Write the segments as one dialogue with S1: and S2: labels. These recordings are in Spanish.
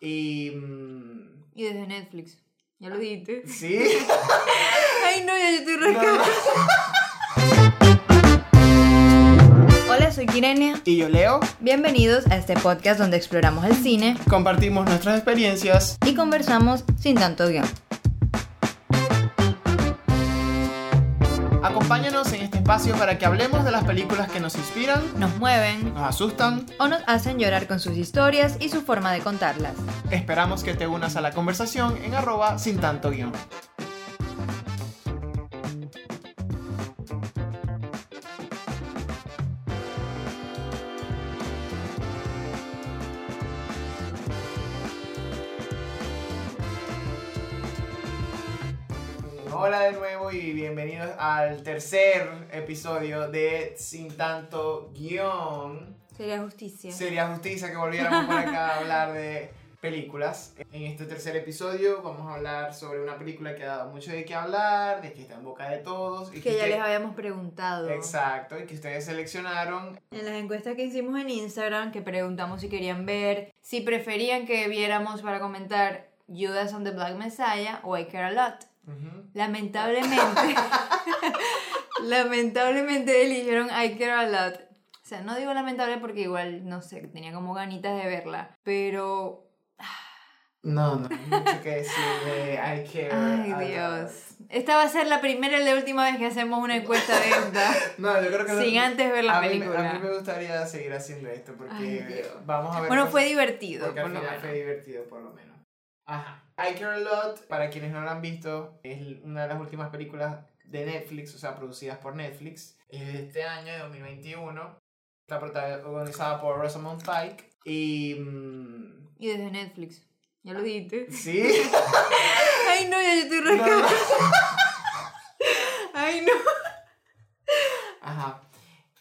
S1: Y. mm,
S2: Y desde Netflix. Ya lo dijiste.
S1: Sí.
S2: Ay, no, ya yo estoy rascada. Hola, soy Kirenia.
S1: y yo leo,
S2: Bienvenidos a este podcast donde exploramos el cine
S1: compartimos nuestras experiencias.
S2: y conversamos sin tanto guión.
S1: Acompáñanos en este espacio para que hablemos de las películas que nos inspiran,
S2: Nos mueven
S1: nos asustan.
S2: o nos hacen llorar con sus historias y su forma de contarlas.
S1: Esperamos que te unas a la conversación en arroba sin tanto guión. Hola de nuevo y bienvenidos al tercer episodio de Sin tanto guión.
S2: Sería justicia.
S1: Sería justicia que volviéramos por acá a hablar de películas. En este tercer episodio vamos a hablar sobre una película que ha dado mucho de qué hablar, de que está en boca de todos. Y
S2: Que ya les
S1: usted-
S2: habíamos preguntado.
S1: Exacto, y que ustedes seleccionaron.
S2: En las encuestas que hicimos en Instagram, que preguntamos si querían ver, si preferían que viéramos para comentar Judas and the Black Messiah o I Care a Lot.
S1: Ujú.
S2: Lamentablemente, lamentablemente eligieron I Care a Lot. O sea, no digo lamentable porque igual, no sé, tenía como ganitas de verla, pero...
S1: No, no, hay mucho que decir de I Care. Eh, a
S2: Ay,
S1: Lot.
S2: Dios. Esta va a ser la primera y la última vez que hacemos una encuesta de esta,
S1: No, yo creo que no-
S2: sin antes ver la
S1: a mí me-
S2: película.
S1: a mí me gustaría seguir haciendo esto porque
S2: Ay, Dios.
S1: vamos a ver.
S2: Bueno,
S1: cosas-
S2: fue divertido,
S1: Porque al
S2: por lo
S1: final
S2: menos.
S1: fue divertido, por lo menos. Ajá. I Care a Lot, para quienes no lo han visto, es una de las últimas películas de Netflix, o sea, producidas por Netflix. Es de este año, de 2021. Está protagonizada por Rosamund Pike. Y. mm,
S2: Y desde Netflix. Ya lo dijiste.
S1: Sí.
S2: Ay, no, ya yo estoy
S1: No,
S2: rascada.
S1: no.
S2: Ay, no.
S1: Ajá.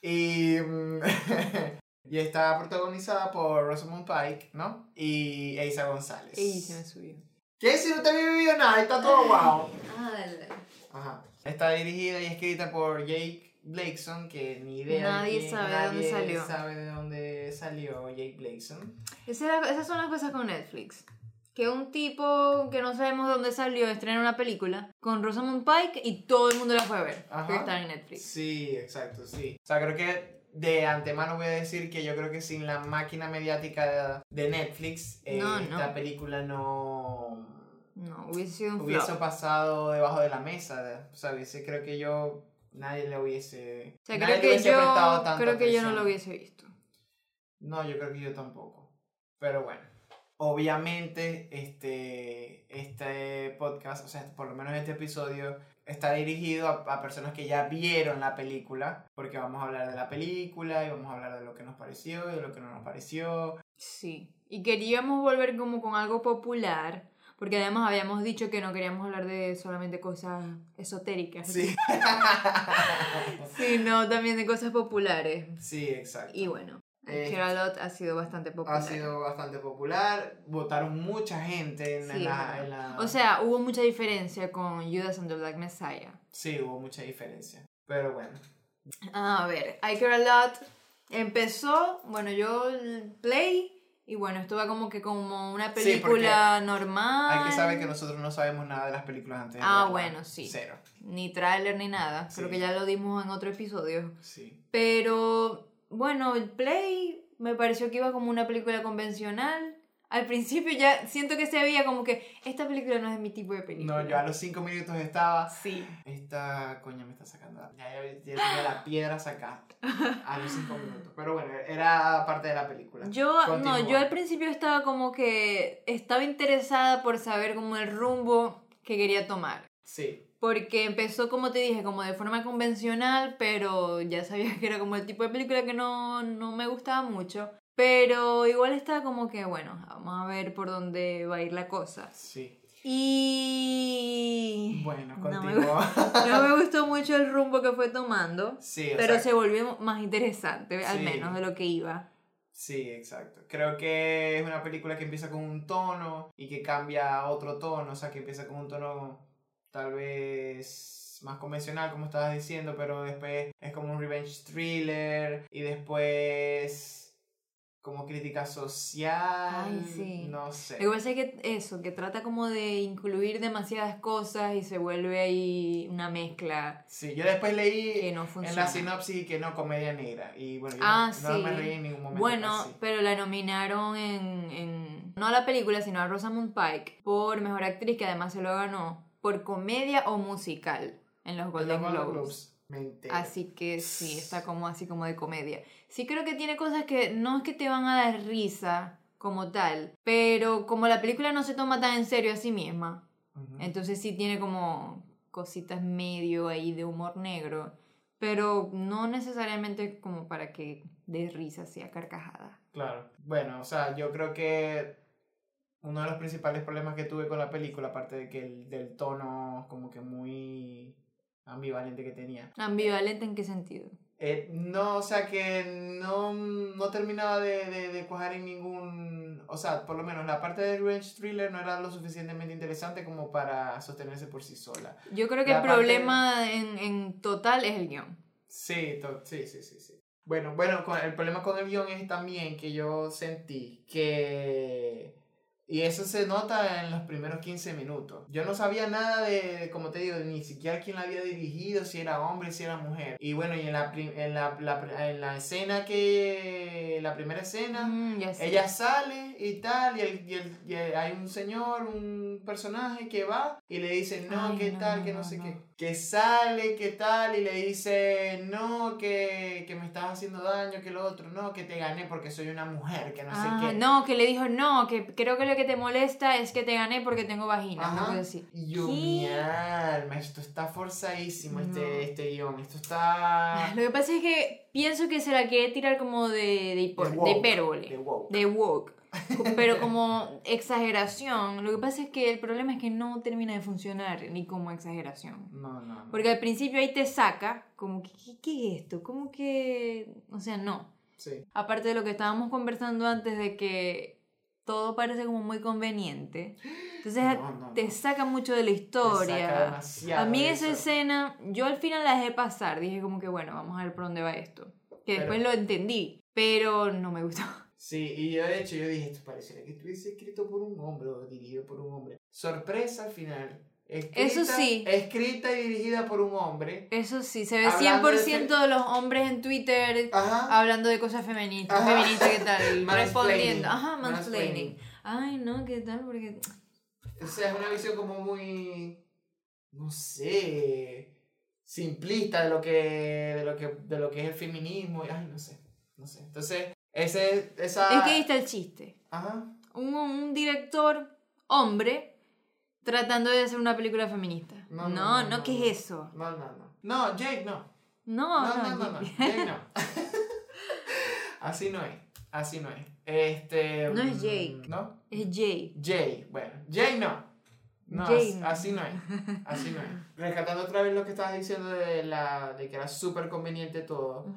S1: Y, mm, y está protagonizada por Rosamund Pike, ¿no? Y Eiza González.
S2: Ey, se me subió.
S1: ¿Qué? Si no te había vivido nada, está todo guau.
S2: Ah, dale.
S1: Ajá. Está dirigida y escrita por Jake Blakeson, que ni idea. de
S2: Nadie
S1: quién-
S2: sabe de dónde
S1: nadie
S2: salió.
S1: sabe de dónde salió Jake Blakeson.
S2: Esa- esas son las cosas con Netflix. Que un tipo que no sabemos dónde salió estrena una película con Rosamund Pike y todo el mundo la fue a ver.
S1: Ajá.
S2: Porque está en Netflix.
S1: Sí, exacto, sí. O sea, creo que de antemano voy a decir que yo creo que sin la máquina mediática de Netflix, eh,
S2: No, no.
S1: esta película no.
S2: No, hubiese sido un
S1: hubiese
S2: flop.
S1: pasado debajo de la mesa. O sea, hubiese, creo que yo, nadie le hubiese...
S2: O sea,
S1: nadie
S2: creo
S1: le
S2: que
S1: hubiese prestado
S2: yo
S1: tanta
S2: creo que yo no
S1: atención.
S2: lo hubiese visto.
S1: No, yo creo que yo tampoco. Pero bueno, obviamente este, este podcast, o sea, por lo menos este episodio, está dirigido a, a personas que ya vieron la película, porque vamos a hablar de la película y vamos a hablar de lo que nos pareció y de lo que no nos pareció.
S2: Sí. Y queríamos volver como con algo popular. Porque además habíamos dicho que no queríamos hablar de solamente cosas esotéricas.
S1: Sí.
S2: Sino también de cosas populares.
S1: sí, exacto.
S2: Y bueno,
S1: Eh,
S2: Charlotte ha sido bastante popular.
S1: ha sido bastante popular. Votaron mucha gente en,
S2: Sí,
S1: la,
S2: claro.
S1: en la-
S2: O sea, hubo mucha diferencia con Judas and the Black Messiah.
S1: Sí, hubo mucha diferencia. Pero bueno.
S2: Ah, A ver, I Care a Lot empezó, bueno, yo l- play y bueno, esto va como que como una
S1: Sí, porque
S2: película normal.
S1: Hay que saber que nosotros no sabemos nada de las películas antes. de
S2: Ah,
S1: verlas.
S2: bueno, sí.
S1: Cero.
S2: Ni tráiler ni nada, creo
S1: Sí.
S2: que ya lo dimos en otro episodio.
S1: Sí.
S2: Pero bueno, el play me pareció que iba como una película convencional. Al principio ya siento que se veía como que esta película no es mi tipo de película.
S1: No, yo a los cinco minutos estaba.
S2: Sí.
S1: Esta coña me está sacando. la- Ya, ya, ya tenía la piedra sacada. A los cinco minutos. Pero bueno, era parte de la película.
S2: Yo,
S1: Continúa.
S2: no, yo al principio estaba como que estaba interesada por saber como el rumbo que quería tomar.
S1: Sí.
S2: Porque empezó, como te dije, como de forma convencional, pero ya sabía que era como el tipo de película que no, no me gustaba mucho. Pero igual estaba como que, bueno, vamos a ver por dónde va a ir la cosa.
S1: Sí.
S2: Y...
S1: Bueno,
S2: no me,
S1: continúa.
S2: gu- no me gustó mucho el rumbo que fue tomando,
S1: Sí, o
S2: pero
S1: sea,
S2: se volvió más interesante, al
S1: Sí.
S2: menos de lo que iba.
S1: Sí, exacto. Creo que es una película que empieza con un tono y que cambia a otro tono, o sea, que empieza con un tono tal vez más convencional, como estabas diciendo, pero después es como un revenge thriller y después como crítica social,
S2: Ay, sí.
S1: no sé.
S2: Lo que pasa es que eso, que trata como de incluir demasiadas cosas y se vuelve ahí una mezcla
S1: Sí, yo después leí
S2: que no
S1: en
S2: funciona.
S1: la sinopsis que no, comedia negra. Y bueno, yo
S2: Ah,
S1: no, no
S2: sí.
S1: me reí en ningún momento.
S2: Bueno,
S1: casi.
S2: pero la nominaron en, en- No a la película, sino a Rosamund Pike por mejor actriz, que además se lo ganó por comedia o musical en los
S1: Los
S2: Golden
S1: Golden
S2: Globes.
S1: Globes, Me enteré.
S2: Así que sí, está como así como de comedia. Sí creo que tiene cosas que no es que te van a dar risa como tal, pero como la película no se toma tan en serio a sí misma,
S1: Ujú.
S2: entonces sí tiene como cositas medio ahí de humor negro, pero no necesariamente como para que de risa sea carcajada.
S1: Claro. Bueno, o sea, yo creo que uno de los principales problemas que tuve con la película, aparte de que el, del tono como que muy ambivalente que tenía,
S2: Ambivalente en qué sentido?
S1: eh, no, o sea, que no, no terminaba de, de, de cuajar en ningún... O sea, por lo menos la parte de Revenge Thriller no era lo suficientemente interesante como para sostenerse por sí sola.
S2: Yo creo que
S1: La
S2: el
S1: parte-
S2: problema en, en total es el guión.
S1: Sí, to- sí, sí, sí, sí. Bueno, bueno, con, el problema con el guión es también que yo sentí que... Y eso se nota en los primeros 15 minutos. Yo no sabía nada de, de, como te digo, ni siquiera quién la había dirigido, si era hombre, si era mujer. Y bueno, y en la, prim- en la, la- en la escena que... La primera escena...
S2: Mm, ya sé.
S1: Ella sale y tal, y, el- y el- y el- hay un señor, un personaje que va y le dice no,
S2: Ay,
S1: que
S2: no,
S1: tal,
S2: no,
S1: que no,
S2: no,
S1: sé
S2: no.
S1: qué. Que sale, que tal, y le dice no, que, que me estás haciendo daño, que lo otro, no, que te gané porque soy una mujer, que no
S2: Ah,
S1: sé qué.
S2: no, que le dijo no, que creo que lo que te molesta es que te gané porque tengo vagina.
S1: Ajá.
S2: una cosa así.
S1: Y yo,
S2: ¿Qué?
S1: mi alma, esto está forzadísimo,
S2: No. Ah,
S1: este, este guión, esto está...
S2: Lo que pasa es que pienso que se la quiere tirar como de, de, hipo-
S1: de
S2: de
S1: woke, de
S2: hipérbole,
S1: woke.
S2: de woke. Pero como exageración. Lo que pasa es que el problema es que no termina de funcionar ni como exageración.
S1: No, no, no.
S2: Porque al principio ahí te saca, como que, ¿qué, qué es esto? Como que. O sea, no.
S1: Sí,
S2: Aparte de lo que estábamos conversando antes de que todo parece como muy conveniente. Entonces
S1: No, no,
S2: te
S1: no.
S2: saca mucho de la
S1: me saca
S2: historia.
S1: demasiado
S2: A mí
S1: de
S2: esa
S1: eso.
S2: escena, yo al final la dejé pasar. Dije como que bueno, vamos a ver por dónde va esto. Que
S1: Pero-
S2: después lo entendí, pero no me gustó.
S1: Sí, y yo de hecho yo dije, esto pareciera que estuviese escrito por un hombre o dirigido por un hombre. Sorpresa al final. Escrita,
S2: Eso sí.
S1: Escrita y dirigida por un hombre.
S2: Eso sí, se ve
S1: Hablando de
S2: 100% de los hombres en Twitter
S1: Ajá.
S2: hablando de cosas feministas.
S1: Ajá.
S2: Feminista, ¿qué tal?
S1: Mansplaining.
S2: Respondiendo. Ajá,
S1: Mansplaining.
S2: mansplaining. Ay, no, ¿qué tal? Porque
S1: O sea, es una visión como muy, no sé, simplista de lo que, de lo que, de lo que es el feminismo. y- Ay, no sé, no sé. Entonces, ese, esa...
S2: es que ahí está el chiste.
S1: Ajá.
S2: un, un director hombre tratando de hacer una película feminista.
S1: No,
S2: No, no,
S1: no, no, no,
S2: ¿qué
S1: no.
S2: es eso?
S1: No, no, no. No, Jake, no.
S2: No,
S1: no, no, no, no,
S2: Jake.
S1: Jake no. así no es, así no es. Este,
S2: No es
S1: mm,
S2: Jake.
S1: ¿No?
S2: Es Jay.
S1: Jay, bueno, Jay no. No,
S2: Jay
S1: as-
S2: no.
S1: así no es, así no es. Rescatando otra vez lo que estabas diciendo de, la, de que era súper conveniente todo.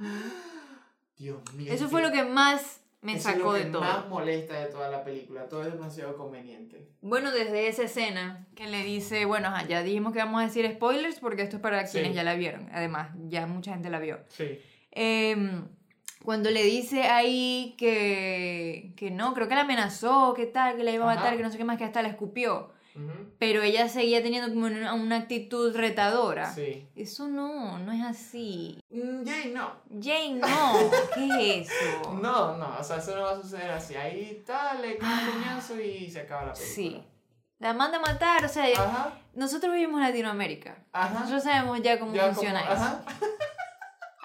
S1: Dios mío.
S2: Eso fue lo que más me
S1: eso es lo
S2: sacó
S1: que
S2: de todo.
S1: más molesta de toda la película. Todo es demasiado conveniente.
S2: Bueno, desde esa escena que le dice, bueno, ajá, ya dijimos que vamos a decir spoilers porque esto es para
S1: Sí.
S2: quienes ya la vieron. Además, ya mucha gente la vio.
S1: Sí.
S2: Em, cuando le dice ahí que, que no, creo que la amenazó, que tal, que la iba a
S1: Ajá.
S2: matar, que no sé qué más, que hasta la escupió. Pero ella seguía teniendo como una, una actitud retadora.
S1: Sí.
S2: Eso no, no es así.
S1: Mm, Jay no.
S2: Jane, no. ¿Qué es eso?
S1: No, no, o sea, eso no va a suceder así. Ahí tal, le cae un coñazo y se acaba la película.
S2: Ah. Sí. La manda a matar, o sea,
S1: Ajá.
S2: nosotros vivimos en Latinoamérica.
S1: Ajá.
S2: Nosotros sabemos ya cómo
S1: Ya
S2: funciona
S1: como-
S2: eso.
S1: ajá.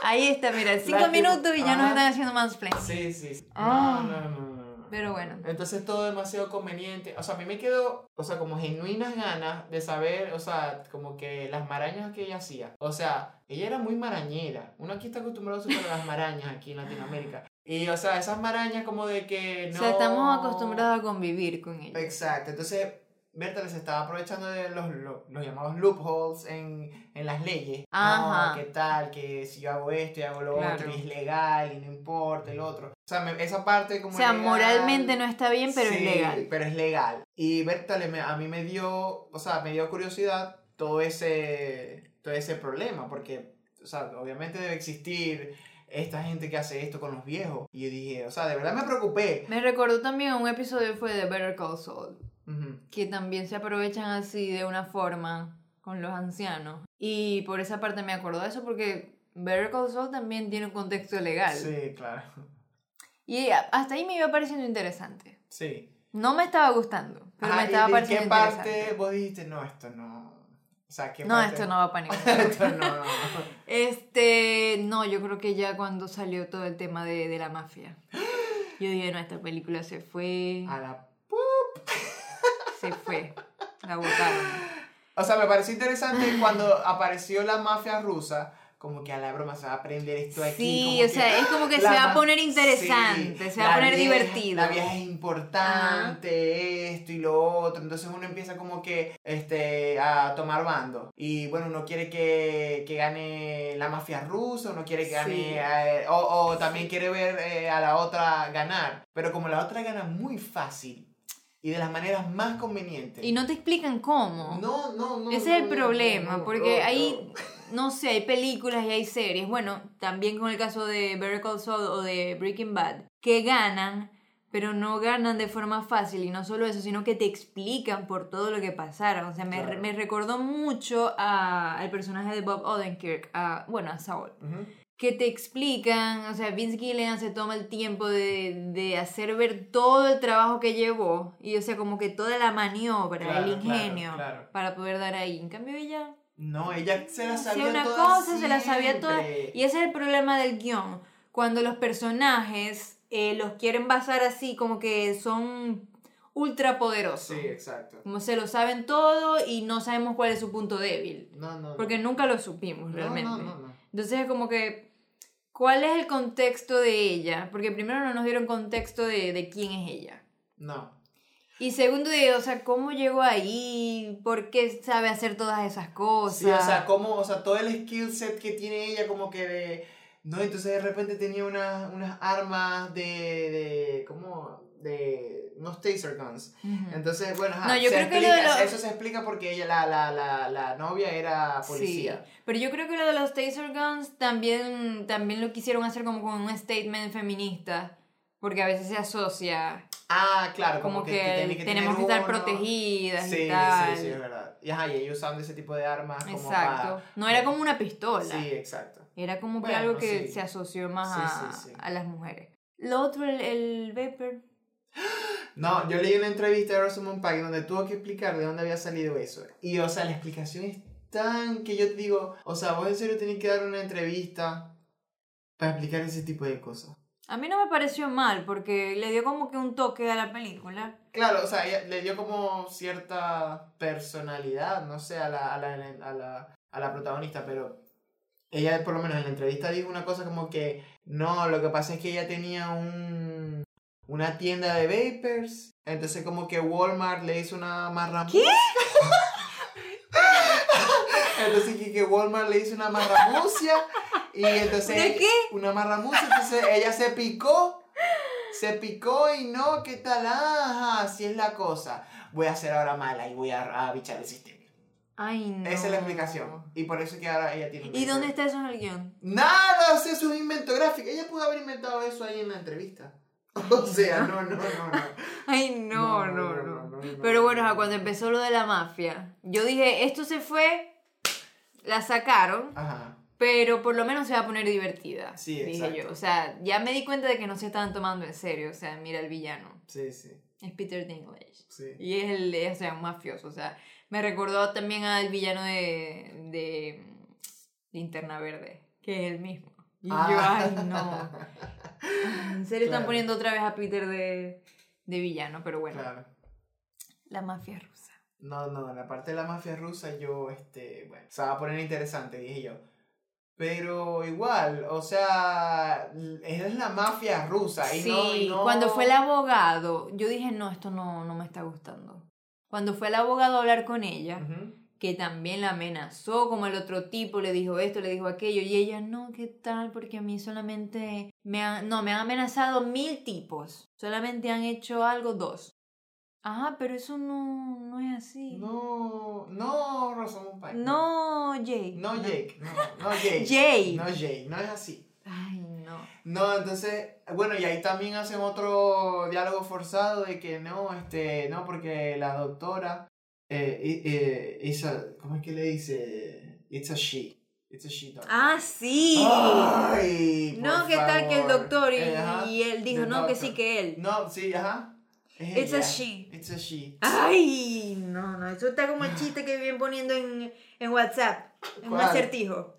S2: Ahí está, mira, cinco
S1: Lati-
S2: minutos y ya
S1: ajá.
S2: nos están haciendo mansplaining.
S1: Sí, sí. sí.
S2: Ah.
S1: No, no, no, no, no.
S2: Pero bueno.
S1: Entonces todo demasiado conveniente. O sea, a mí me quedó, o sea, como genuinas ganas de saber, o sea, como que las marañas que ella hacía. O sea, ella era muy marañera. Uno aquí está acostumbrado súper a las marañas aquí en Latinoamérica. Y, o sea, esas marañas como de que no...
S2: O sea, estamos acostumbrados a convivir con ellos.
S1: Exacto. Entonces, Berta se estaba aprovechando de los, lo- los llamados loopholes en, en las leyes.
S2: Ajá.
S1: No, ¿Qué tal? Que si yo hago esto y hago lo
S2: Claro.
S1: otro y es legal y no importa el otro. O sea, me- esa parte como
S2: O sea,
S1: legal-
S2: moralmente no está bien, pero es
S1: Sí,
S2: legal.
S1: Pero es legal. Y Berta a mí me dio, o sea, me dio curiosidad todo ese, todo ese problema porque, o sea, obviamente debe existir esta gente que hace esto con los viejos. Y yo dije, o sea, de verdad me preocupé.
S2: Me recordó también un episodio fue de Better Call Saul,
S1: Ujú.
S2: que también se aprovechan así de una forma con los ancianos. Y por esa parte me acuerdo de eso porque Better Call Saul también tiene un contexto legal.
S1: Sí, claro.
S2: Y a- hasta ahí me iba pareciendo interesante.
S1: Sí.
S2: No me estaba gustando, pero
S1: Ajá,
S2: me
S1: ¿y
S2: estaba
S1: de
S2: pareciendo
S1: ¿Qué parte
S2: interesante.
S1: vos dijiste, no, esto no? O sea, ¿qué
S2: No,
S1: parte?
S2: esto no va para ningún lado.
S1: esto no, no.
S2: Este, no, yo creo que ya cuando salió todo el tema de, de la mafia. Yo dije, no, esta película se fue,
S1: A la
S2: se fue, la botaron.
S1: O sea, me pareció interesante cuando apareció la mafia rusa, como que a la broma se va a aprender esto aquí.
S2: Sí,
S1: como
S2: o sea, es como que se
S1: la
S2: va a
S1: ma-
S2: poner interesante,
S1: sí,
S2: se va
S1: la
S2: a poner
S1: vieja-
S2: divertido.
S1: La vieja es importante, esto y lo otro. Entonces uno empieza como que este, a tomar bando. Y bueno, uno quiere que, que gane la mafia rusa, uno quiere que gane.
S2: Sí.
S1: eh, o, o también quiere ver eh, a la otra ganar. Pero como la otra gana muy fácil y de las maneras más convenientes.
S2: Y no te explican cómo.
S1: No, no, no.
S2: Ese es
S1: no,
S2: el
S1: no,
S2: problema,
S1: no, no,
S2: porque
S1: no,
S2: hay, no sé, hay películas y hay series, bueno, también con el caso de Better Call Saul o de Breaking Bad, que ganan, pero no ganan de forma fácil, y no solo eso, sino que te explican por todo lo que pasaron, o sea, me,
S1: Claro.
S2: me recordó mucho a- al personaje de Bob Odenkirk, a, bueno, a Saul,
S1: no. Ujú.
S2: que te explican, o sea, Vince Gilligan se toma el tiempo de, de hacer ver todo el trabajo que llevó, y o sea, como que toda la maniobra,
S1: Claro,
S2: el
S1: claro,
S2: ingenio,
S1: claro.
S2: para poder dar ahí, en cambio ella...
S1: No, ella se la
S2: Hacía
S1: sabía
S2: una
S1: toda
S2: cosa, se la sabía
S1: siempre.
S2: toda. Y ese es el problema del guión. Cuando los personajes eh, los quieren basar así, como que son ultra poderosos.
S1: Sí, exacto.
S2: Como se lo saben todo y no sabemos cuál es su punto débil.
S1: No, no. no.
S2: Porque nunca lo supimos
S1: No,
S2: realmente.
S1: No, no, no.
S2: Entonces es como que, ¿cuál es el contexto de ella? Porque primero no nos dieron contexto de, de quién es ella.
S1: No.
S2: Y segundo, de, o sea, ¿cómo llegó ahí? ¿Por qué sabe hacer todas esas cosas?
S1: Sí, o sea, como, o sea, todo el skill set que tiene ella, como que de. No, entonces de repente tenía unas, unas armas de. de. como. de. unos taser guns.
S2: Ujú.
S1: Entonces, bueno, ajá,
S2: Mm. No, yo
S1: se
S2: creo que lo
S1: explica-
S2: de lo-
S1: eso se explica porque ella, la, la, la, la novia era policía.
S2: Sí, pero yo creo que lo de los taser guns también, también lo quisieron hacer como con un statement feminista, porque a veces se asocia
S1: Ah, claro, como,
S2: como que,
S1: tenés
S2: tenemos que
S1: tener
S2: estar
S1: uno.
S2: protegidas
S1: Sí,
S2: y tal.
S1: sí, sí, es verdad. Y ajá, y ellos usaban de ese tipo de armas como
S2: Exacto. No era como una pistola,
S1: para... Sí, exacto.
S2: era como que
S1: Bueno,
S2: algo que
S1: sí.
S2: se asoció más
S1: Sí,
S2: a,
S1: sí, sí.
S2: a las mujeres. Lo otro, el, el vapor.
S1: No, yo leí una entrevista de Rosamund Pike donde tuvo que explicar de dónde había salido eso. Y, o sea, la explicación es tan que yo te digo, o sea, vos en serio tenés que dar una entrevista para explicar ese tipo de cosas.
S2: A mí no me pareció mal, porque le dio como que un toque a la película.
S1: Claro, o sea, ella le dio como cierta personalidad, no sé, a la, a la, a la, a la protagonista, pero ella por lo menos en la entrevista dijo una cosa como que, no, lo que pasa es que ella tenía un, una tienda de vapers, entonces como que Walmart le hizo una marramosca.
S2: ¿Qué?
S1: entonces que, que Walmart le hizo una marramucia y entonces...
S2: ¿Una qué?
S1: Una marramucia, entonces ella se picó. Se picó y no, ¿qué tal? Ah, Ajá, así es la cosa. Voy a ser ahora mala y voy a, a bichar el sistema.
S2: Ay, no.
S1: Esa es la explicación. Y por eso es que ahora ella tiene... un
S2: ¿Y
S1: récord.
S2: dónde está eso en el guión?
S1: Nada, o sea, es un invento gráfico. Ella pudo haber inventado eso ahí en la entrevista. O sea, no, no, no, no.
S2: Ay, no,
S1: No, no,
S2: no, no.
S1: no, no, no,
S2: Pero bueno,
S1: no,
S2: ajá,
S1: no.
S2: cuando empezó lo de la mafia, yo dije, esto se fue, la sacaron,
S1: Ajá.
S2: pero por lo menos se va a poner divertida.
S1: Sí,
S2: dije
S1: exacto.
S2: yo. O sea, ya me di cuenta de que no se estaban tomando en serio. O sea, mira el villano.
S1: Sí, sí,
S2: Es Peter Dinklage.
S1: sí.
S2: Y es el, es, o sea, un mafioso. O sea, me recordó también al villano de, de Linterna Verde, que es el mismo. Y yo,
S1: Ah.
S2: ay, no. En serio
S1: Claro.
S2: están poniendo otra vez a Peter de, de villano, pero bueno.
S1: Claro.
S2: La mafia rusa.
S1: No, no, la parte de la mafia rusa yo, este, bueno, se va a poner interesante, dije yo. Pero igual, o sea, l- es la mafia rusa. Y
S2: Sí,
S1: no, y no-
S2: cuando fue el abogado, yo dije, no, esto no, no me está gustando. Cuando fue el abogado a hablar con ella,
S1: Ujú.
S2: que también la amenazó, como el otro tipo, le dijo esto, le dijo aquello, y ella, no, ¿qué tal? Porque a mí solamente, me han, no, me han amenazado mil tipos, solamente han hecho algo dos. Ajá, pero eso no, no es así.
S1: No, no, Rosamund Pike.
S2: No, Jake.
S1: No, Jake. No, no Jake.
S2: Jake.
S1: No, Jake. No es así.
S2: Ay, no.
S1: No, entonces, bueno, y ahí también hacen otro diálogo forzado de que no, este, no, porque la doctora, eh, i- eh, it's a- ¿cómo es que le dice? It's a she, it's a she doctor.
S2: Ah, sí.
S1: Ay, por
S2: no, ¿qué tal que el
S1: favor.
S2: doctor y,
S1: Eh, ajá.
S2: y él dijo,
S1: The
S2: no, que
S1: doctor.
S2: sí, que él.
S1: No, sí, ajá. Es
S2: It's a
S1: ella.
S2: she. Ah.
S1: It's a she.
S2: Ay, no, no, eso está como el chiste que viven poniendo en, en WhatsApp, en un
S1: ¿Cuál?
S2: acertijo.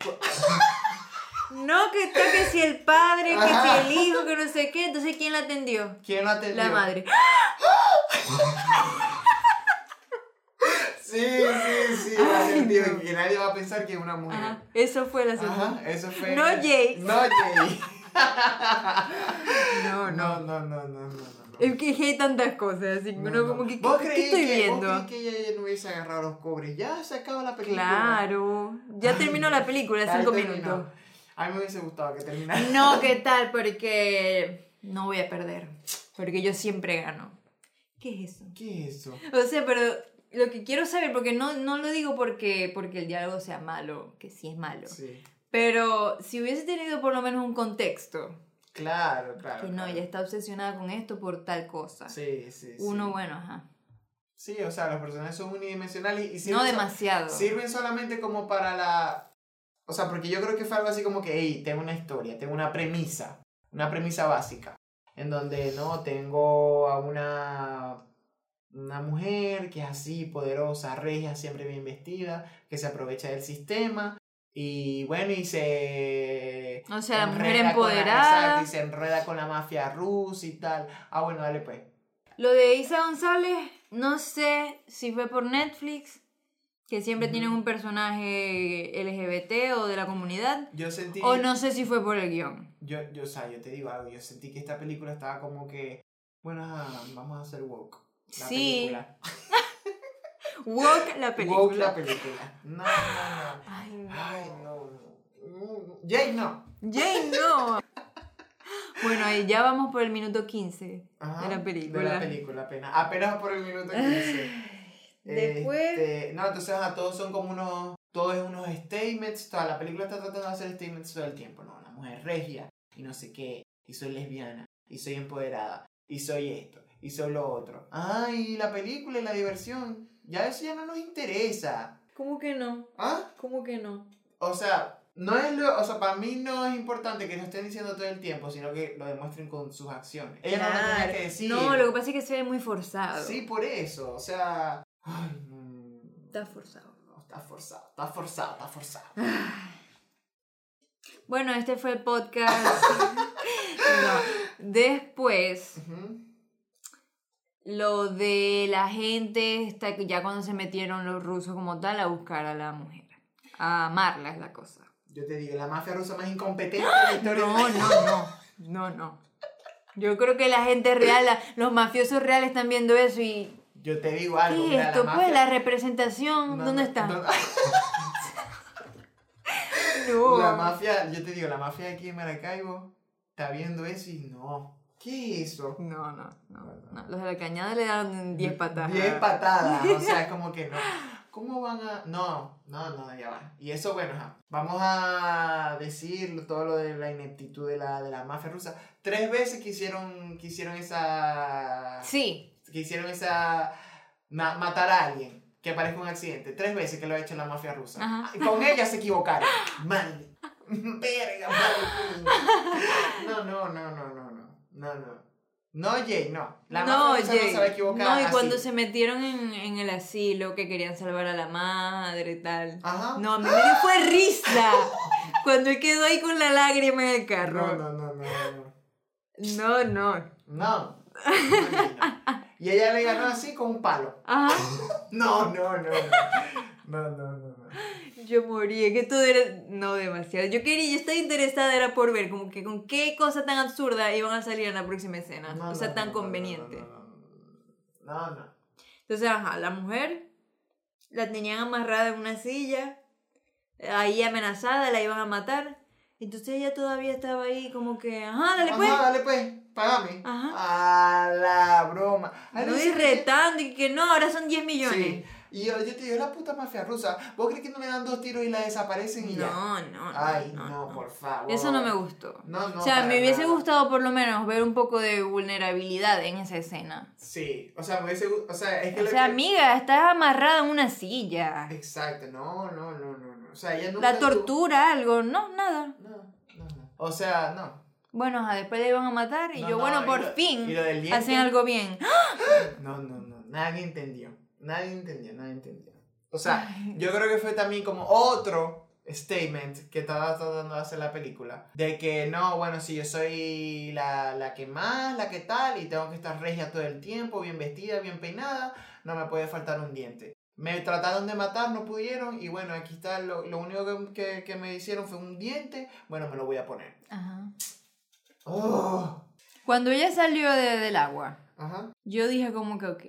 S2: No, que está que si el padre, que
S1: Ajá.
S2: si el hijo, que no sé qué, entonces ¿quién la atendió?
S1: ¿Quién la atendió?
S2: La madre.
S1: Sí, sí, sí, la
S2: Ay,
S1: atendió,
S2: no.
S1: que nadie va a pensar que es una mujer.
S2: Ajá, eso fue la
S1: Ajá,
S2: segunda.
S1: eso fue.
S2: No, Jay.
S1: No, Jay.
S2: No,
S1: No, no, no, no, no, no.
S2: Es que hay tantas cosas, así que
S1: No,
S2: uno
S1: no.
S2: como que, ¿qué,
S1: ¿Vos
S2: qué
S1: creí
S2: estoy
S1: que,
S2: viendo?
S1: Vos creí que ella no hubiese agarrado los cobres. Ya se acaba la película.
S2: Claro, ya
S1: Ay,
S2: terminó la película,
S1: Ya
S2: cinco
S1: terminó.
S2: minutos.
S1: A mí me hubiese gustado que terminara.
S2: No, ¿qué tal? Porque no voy a perder, porque yo siempre gano. ¿Qué es eso?
S1: ¿Qué es eso?
S2: O sea, pero lo que quiero saber, porque no, no lo digo porque, porque el diálogo sea malo, que sí es malo,
S1: Sí.
S2: pero si hubiese tenido por lo menos un contexto,
S1: Claro, claro.
S2: que no,
S1: claro.
S2: ella está obsesionada con esto por tal cosa.
S1: Sí, sí, sí.
S2: Uno, bueno, ajá.
S1: Sí, o sea, los personajes son unidimensionales y sirven,
S2: No
S1: so-
S2: demasiado.
S1: sirven solamente como para la... O sea, porque yo creo que fue algo así como que, hey, tengo una historia, tengo una premisa, una premisa básica, en donde, ¿no? Tengo a una, una mujer que es así, poderosa, regia, siempre bien vestida, que se aprovecha del sistema y bueno, y se...
S2: O sea, la mujer
S1: enreda con la- exacto,
S2: empoderada.
S1: y se enreda con la mafia rusa y tal. Ah, bueno, dale pues.
S2: Lo de Isa González, no sé si fue por Netflix, que siempre
S1: Ujú.
S2: tienen un personaje LGBT o de la comunidad,
S1: Yo sentí...
S2: o no sé si fue por el guión.
S1: Yo, yo, o sea, yo te digo algo, yo sentí que esta película estaba como que, bueno, ah, vamos a hacer woke. La
S2: Sí,
S1: película.
S2: Woke la película.
S1: Woke la película. No, no, no.
S2: Ay, no.
S1: Ay, no. no. Jake, no.
S2: Jane, no. Bueno, ahí ya vamos por el minuto 15.
S1: Ajá,
S2: De la película.
S1: De la película, apenas. Apenas por el minuto 15.
S2: Después-
S1: Este, no, entonces, ajá, todos son como unos. Todo es unos statements. Toda la película está tratando de hacer statements todo el tiempo. No, la mujer regia y no sé qué. Y soy lesbiana. Y soy empoderada. Y soy esto. Y soy lo otro. Ay, la película y la diversión. Ya eso ya no nos interesa.
S2: ¿Cómo que no?
S1: ¿Ah?
S2: ¿Cómo que no?
S1: O sea, no es lo, o sea, para mí no es importante que lo estén diciendo todo el tiempo, sino que lo demuestren con sus acciones. Ella no lo tenía que decir.
S2: No, lo que pasa es que se ve muy forzado.
S1: Sí, por eso. O sea. Ay, mm,
S2: Está forzado.
S1: no, está forzado, está forzado, está forzado.
S2: Bueno, este fue el podcast. No. Después,
S1: Ujú.
S2: lo de la gente, está, ya cuando se metieron los rusos como tal a buscar a la mujer. A amarla es la cosa.
S1: Yo te digo, la mafia rusa más incompetente de la
S2: ¡Ah!
S1: historia.
S2: No, no, no. No, no. Yo creo que la gente real, la- los mafiosos reales están viendo eso y...
S1: Yo te digo algo.
S2: ¿Qué es
S1: mira,
S2: esto?
S1: la
S2: Pues
S1: mafia-
S2: la representación,
S1: no,
S2: ¿dónde
S1: no,
S2: está?
S1: no,
S2: No.
S1: La mafia, yo te digo, la mafia de aquí en Maracaibo está viendo eso y no. ¿Qué es eso?
S2: No, no, no, no. Los de la cañada le dan 10 patadas.
S1: 10 patadas, o sea, es como que no. ¿Cómo van a.? No, no, no, ya va. Y eso, bueno, ajá. vamos a decir todo lo de la ineptitud de la, de la mafia rusa. Tres veces que hicieron, que hicieron esa.
S2: Sí,
S1: Que hicieron esa. ma- matar a alguien que parezca un accidente. Tres veces que lo ha hecho la mafia rusa.
S2: Ajá.
S1: Ay, Con ella se equivocaron. Mal. Verga, mal. No, no, no, no, no, no. No, no. No, Jay, no. La
S2: no,
S1: mafia rusa no
S2: Jay.
S1: se va a equivocar.
S2: No, y cuando
S1: así.
S2: se metieron en, en el asilo que querían salvar a la madre y tal.
S1: Ajá.
S2: No, a mí me dio fue risa. Cuando él quedó ahí con la lágrima en el
S1: No,
S2: carro.
S1: no, no, no, no.
S2: No, no.
S1: No. No. Y ella le ganó así con un palo.
S2: Ajá.
S1: No, no, no, no. No, no, no, no.
S2: Yo moría, que todo era no demasiado. Yo quería, yo estaba interesada era por ver como que con qué cosa tan absurda iban a salir en la próxima escena,
S1: No,
S2: Ah, o sea,
S1: no,
S2: tan
S1: no, no,
S2: conveniente.
S1: No, no, no. no. no.
S2: Entonces, ajá, la mujer la tenían amarrada en una silla, ahí amenazada, la iban a matar. Entonces ella todavía estaba ahí como que, ajá, dale pues.
S1: Ajá, dale pues, págame.
S2: Ajá.
S1: A la broma. Ay,
S2: No
S1: no sé
S2: ir
S1: qué-
S2: retando y que no, ahora son 10 millones.
S1: Sí. Y yo, yo te digo, es la puta mafia rusa. ¿Vos crees que no le dan dos tiros y la desaparecen y ya?
S2: No, no, no.
S1: Ay, no, por favor.
S2: Eso no me gustó.
S1: No, no,
S2: o sea,
S1: para
S2: me hubiese
S1: nada.
S2: gustado por lo menos ver un poco de vulnerabilidad en esa escena.
S1: Sí, o sea, me hubiese gu- O sea, es que
S2: O
S1: lo
S2: sea,
S1: que-
S2: amiga, estás amarrada en una silla.
S1: Exacto, no, no, no, no. no. O sea, ella nunca
S2: La
S1: tuvo-
S2: tortura, algo, no, nada.
S1: No, no, no. O sea, no.
S2: Bueno, ajá, después la iban a matar y
S1: No,
S2: yo,
S1: no,
S2: bueno,
S1: y
S2: por
S1: lo-
S2: fin
S1: y lo del diente.
S2: hacen algo bien.
S1: No, no, no. Nadie entendió. Nadie entendió, nadie entendió. O sea, yo creo que fue también como otro statement que estaba tratando de hacer la película. De que no, bueno, si yo soy la, la que más, la que tal, y tengo que estar regia todo el tiempo, bien vestida, bien peinada, no me puede faltar un diente. Me trataron de matar, no pudieron, y bueno, aquí está, lo, lo único que, que- que me hicieron fue un diente, bueno, me lo voy a poner.
S2: Ajá.
S1: ¡Oh!
S2: Cuando ella salió de- del agua,
S1: Ajá.
S2: yo dije como que ok.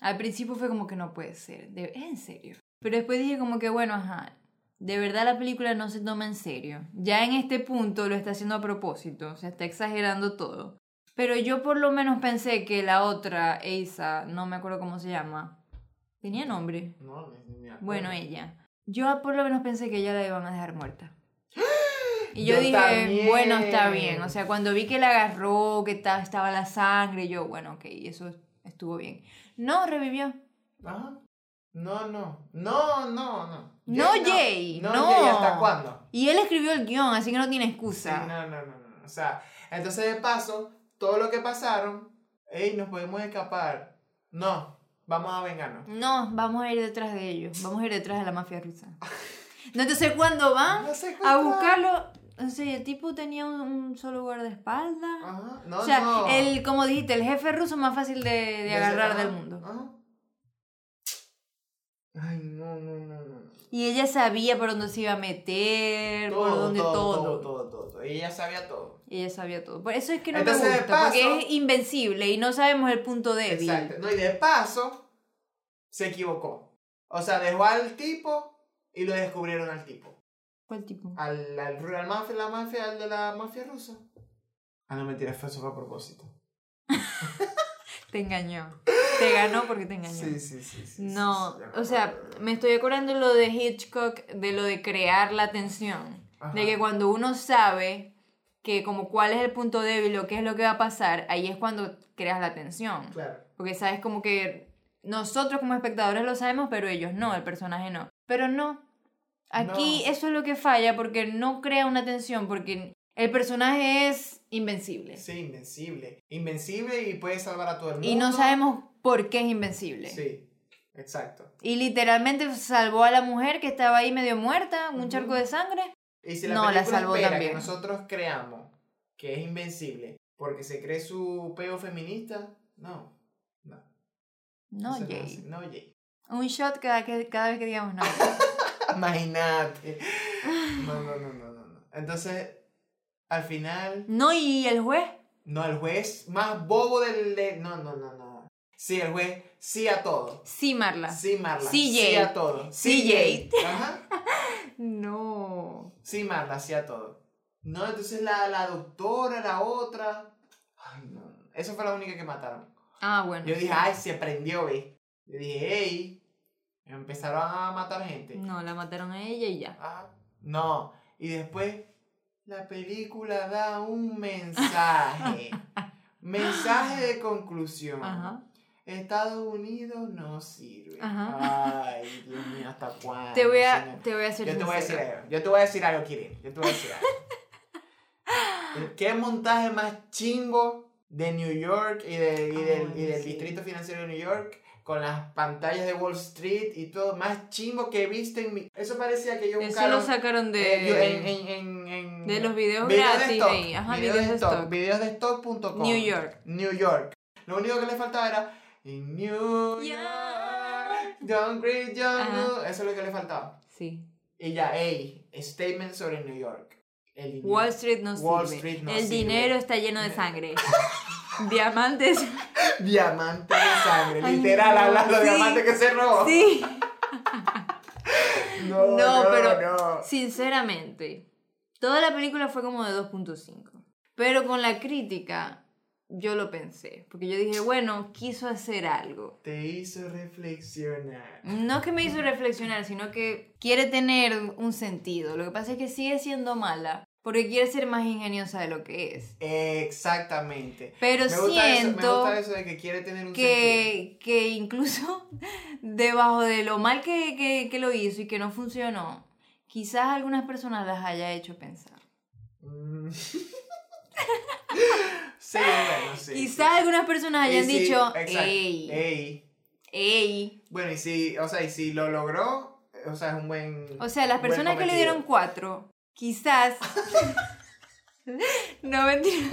S2: Al principio fue como que no puede ser, de, ¿es en serio. Pero después dije como que bueno, ajá, de verdad la película no se toma en serio. Ya en este punto lo está haciendo a propósito, o sea, está exagerando todo. Pero yo por lo menos pensé que la otra, Eisa, no me acuerdo cómo se llama, tenía nombre.
S1: No, ni- ni me acuerdo.
S2: Bueno, ella. Yo por lo menos pensé que ya la iban a dejar muerta. Y yo,
S1: Yo
S2: dije,
S1: también.
S2: bueno, está bien. O sea, cuando vi que la agarró, que ta- estaba la sangre, yo, bueno, ok, eso estuvo bien. No, revivió.
S1: Ajá. No, no. No, no, no.
S2: No, Jay,
S1: No,
S2: no.
S1: Jay, ¿hasta cuándo?
S2: Y él escribió el guión, así que no tiene
S1: Sí, no,
S2: excusa.
S1: no, no, no, no. O sea, entonces de paso, todo lo que pasaron, ey, nos podemos escapar. No, vamos a vengarnos.
S2: no. vamos a ir detrás de ellos. Vamos a ir detrás de la mafia rusa. No, entonces cuando van
S1: No sé
S2: ¿Ah? a buscarlo, o sea, el tipo tenía un, un solo guardaespaldas.
S1: Ajá. No,
S2: O sea,
S1: no.
S2: el, como dijiste, el jefe ruso más fácil de, de
S1: De
S2: agarrar
S1: ese-
S2: del
S1: ajá,
S2: mundo.
S1: ajá. Ay, no, no, no, no. no.
S2: Y ella sabía por dónde se iba a meter,
S1: Todo,
S2: por dónde todo.
S1: todo, todo, todo, todo, todo. Ella sabía todo.
S2: Ella sabía todo. Por eso es que no
S1: Entonces,
S2: me
S1: de
S2: gusta,
S1: paso-
S2: porque es invencible y no sabemos el punto débil.
S1: Exacto. No, y de paso, se equivocó. O sea, dejó al tipo y lo descubrieron al tipo.
S2: ¿Cuál tipo?
S1: al, al, ru- al mafia, la mafia, al de la mafia rusa. Ah, no, mentira, fue eso fue a propósito.
S2: Te engañó. Te ganó porque te engañó.
S1: Sí, sí, sí. sí,
S2: no,
S1: sí, sí, ya me
S2: o sea,
S1: acuerdo.
S2: me estoy acordando lo de Hitchcock, de lo de crear la tensión.
S1: Ajá.
S2: De que cuando uno sabe que como cuál es el punto débil o qué es lo que va a pasar, ahí es cuando creas la tensión.
S1: Claro.
S2: Porque sabes como que nosotros como espectadores lo sabemos, pero ellos no, el personaje no. Pero no. Aquí
S1: No.
S2: eso es lo que falla porque no crea una tensión, porque el personaje es invencible.
S1: Sí, invencible. Invencible y puede salvar a todo el mundo.
S2: Y no sabemos por qué es invencible.
S1: Sí, exacto.
S2: Y literalmente salvó a la mujer que estaba ahí medio muerta, un
S1: Ujú.
S2: charco de sangre.
S1: Y si la
S2: No, la
S1: película
S2: salvó
S1: espera
S2: también.
S1: que nosotros creamos que es invencible porque se cree su peo feminista, no.
S2: No,
S1: eso es
S2: Jay.
S1: así. No, Jay.
S2: Un shot cada, que- cada vez que digamos no.
S1: Imagínate. No, no, no, no, no, no. Entonces, al final...
S2: no, y el juez.
S1: No, el juez más bobo del... de- No, no, no, no. Sí, el juez, sí a todo.
S2: Sí, Marla.
S1: Sí, Marla.
S2: Sí,
S1: Sí
S2: Jade.
S1: a todo.
S2: Sí,
S1: Ajá.
S2: No.
S1: Sí, Marla, sí a todo. No, entonces la, la doctora, la otra... Ay, no. Esa fue la única que mataron.
S2: Ah, bueno.
S1: Yo dije, ay, se prendió, ve. Yo dije, hey. Empezaron a matar gente.
S2: No, la mataron a ella y ya.
S1: Ah, no. Y después, la película da un mensaje. mensaje de conclusión.
S2: Ajá.
S1: Estados Unidos no sirve.
S2: Ajá.
S1: Ay, Dios mío, ¿hasta cuándo?
S2: Te voy a,
S1: señor?
S2: te voy a
S1: Ah, Yo te voy a
S2: hacer
S1: decir
S2: sincera.
S1: algo. Yo te voy a decir algo, Kirin. Yo te voy a decir algo. ¿Qué montaje más chimbo de New York y, de- y
S2: Ah,
S1: del,
S2: bueno,
S1: y del
S2: sí.
S1: Distrito Financiero de New York? Con las pantallas de Wall Street y todo, más chimbo que viste en mi. Eso parecía que yo
S2: Eso lo sacaron
S1: eh, yo- en-
S2: de
S1: en- en- en-
S2: de los videos
S1: de
S2: gratis
S1: stock,
S2: ahí. Ajá,
S1: videos, de stock, videos de stock.com.
S2: New York.
S1: New York. Lo único que le faltaba era In New York.
S2: York.
S1: Don't greet young
S2: Ajá.
S1: New-" Eso es lo que le faltaba.
S2: Sí.
S1: Y ya, hey, statement sobre New York. El dinero.
S2: Wall Street no
S1: Wall
S2: sirve.
S1: Street no
S2: El
S1: sirve.
S2: dinero está lleno de sangre. Diamantes.
S1: Diamante de sangre.
S2: Ay,
S1: Literal,
S2: no,
S1: habla de los
S2: sí.
S1: diamantes que se robó.
S2: Sí.
S1: No,
S2: No,
S1: no,
S2: pero-
S1: no.
S2: Sinceramente, toda la película fue como de 2.5. Pero con la crítica yo lo pensé, porque yo dije, bueno, quiso hacer algo.
S1: Te hizo reflexionar.
S2: No que me hizo reflexionar, sino que quiere tener un sentido. Lo que pasa es que sigue siendo mala, porque quiere ser más ingeniosa de lo que es.
S1: Exactamente.
S2: Pero
S1: Me
S2: siento
S1: gusta, eso, me gusta eso de que quiere tener un sentido.
S2: que, que incluso debajo de lo mal que, que- que lo hizo y que no funcionó, quizás algunas personas las haya hecho pensar.
S1: Mm. sí, bueno, sí.
S2: quizás algunas personas
S1: Y
S2: hayan
S1: sí,
S2: dicho,
S1: exacto. Eh,
S2: ey,
S1: Ey.
S2: ey.
S1: Bueno, y si, o sea, y si lo logró, eh, o sea, es un buen...
S2: O sea, las
S1: buen
S2: personas que le
S1: cometido.
S2: dieron cuatro, quizás... no, mentira.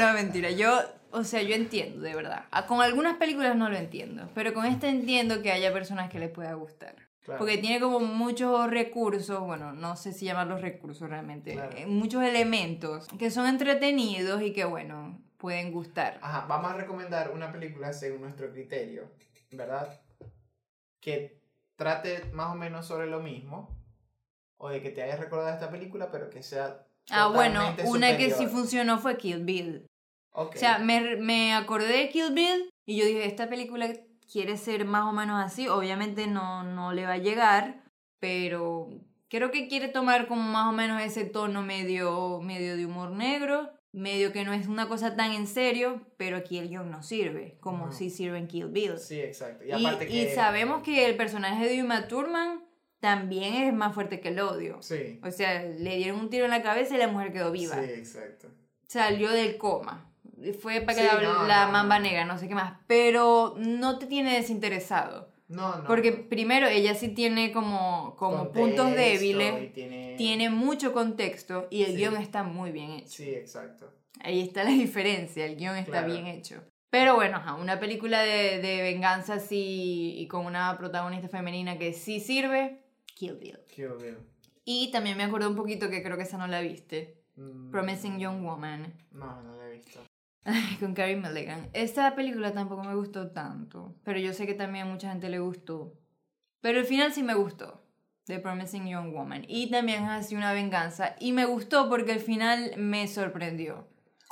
S2: No, mentira. Yo, o sea, yo entiendo, de verdad. Ah, Con algunas películas no lo entiendo, pero con esta entiendo que haya personas que les pueda gustar.
S1: Claro.
S2: Porque tiene como muchos recursos, bueno, no sé si llamarlos recursos realmente,
S1: Claro.
S2: eh, muchos elementos que son entretenidos y que, bueno, pueden gustar.
S1: Ajá, vamos a recomendar una película según nuestro criterio, ¿verdad? Que trate más o menos sobre lo mismo, o de que te hayas recordado esta película, pero que sea...
S2: Ah, bueno,
S1: totalmente
S2: una que
S1: superior.
S2: sí funcionó fue Kill Bill.
S1: Ok.
S2: O sea, me, me acordé de Kill Bill y yo dije, esta película quiere ser más o menos así, obviamente no, no le va a llegar, pero creo que quiere tomar como más o menos ese tono medio, medio de humor negro, medio que no es una cosa tan en serio, pero aquí el guión no sirve, como
S1: Ujú.
S2: si sirve en Kill Bill.
S1: Sí, exacto. Y
S2: Y,
S1: aparte
S2: y
S1: que...
S2: sabemos que el personaje de Uma Thurman también es más fuerte que el odio.
S1: Sí.
S2: O sea, le dieron un tiro en la cabeza y la mujer quedó viva.
S1: Sí, exacto.
S2: Salió del coma. Fue para que
S1: Sí,
S2: la,
S1: no,
S2: la
S1: no,
S2: mamba
S1: no.
S2: negra, no sé qué más. Pero no te tiene desinteresado.
S1: No, no.
S2: Porque primero ella sí tiene como, como puntos
S1: Contexto,
S2: débiles.
S1: y tiene...
S2: Tiene mucho contexto y el
S1: Sí.
S2: guión está muy bien hecho.
S1: Sí, exacto.
S2: Ahí está la diferencia, el guión está
S1: Claro.
S2: bien hecho. Pero bueno, ajá, una película de, de venganza así y con una protagonista femenina que sí sirve, Kill Bill.
S1: Qué obvio.
S2: Y también me acordé un poquito que creo que esa no la viste,
S1: Mm,
S2: Promising Young Woman,
S1: No, no la he visto.
S2: ay, con Carrie Mulligan. Esa película tampoco me gustó tanto, pero yo sé que también a mucha gente le gustó. Pero el final sí me gustó, de Promising Young Woman. Y también es así una venganza. Y me gustó porque el final me sorprendió.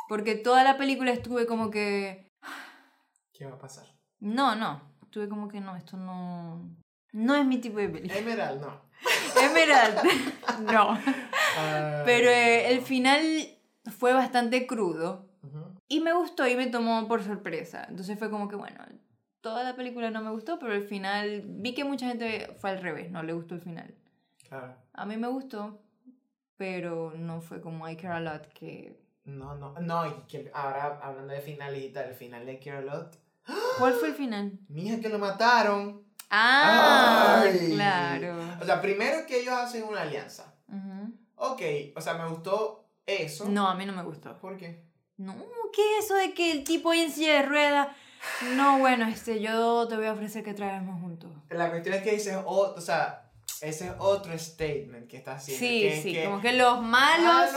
S2: Porque toda la película estuve como que...
S1: ¿Qué va a pasar?
S2: No, no. Tuve como que no, esto no. No es mi tipo de película.
S1: Emerald, no.
S2: Emerald. no.
S1: Ah,
S2: Pero eh, el final fue bastante crudo.
S1: Ujú.
S2: Y me gustó y me tomó por sorpresa. Entonces fue como que, bueno, toda la película no me gustó, pero el final. Vi que mucha gente fue al revés, no le gustó el final.
S1: Claro.
S2: A mí me gustó, pero no fue como I Care a Lot que.
S1: No, no, no, y que ahora hablando de finales y tal, el final de Care a Lot,
S2: ¿Cuál fue el final?
S1: mija que lo mataron.
S2: ¡Ah!
S1: Ay.
S2: Claro.
S1: O sea, primero que ellos hacen una alianza.
S2: Ujú.
S1: Ok, o sea, me gustó eso.
S2: No, a mí no me gustó.
S1: ¿Por qué?
S2: No, ¿qué es eso de que el tipo hoy en silla de rueda? No, bueno, este, yo te voy a ofrecer que traigamos juntos.
S1: La cuestión es que dices, o, o sea, ese es otro statement que está
S2: Sí,
S1: haciendo. que
S2: sí,
S1: es que Ah,
S2: como que los malos,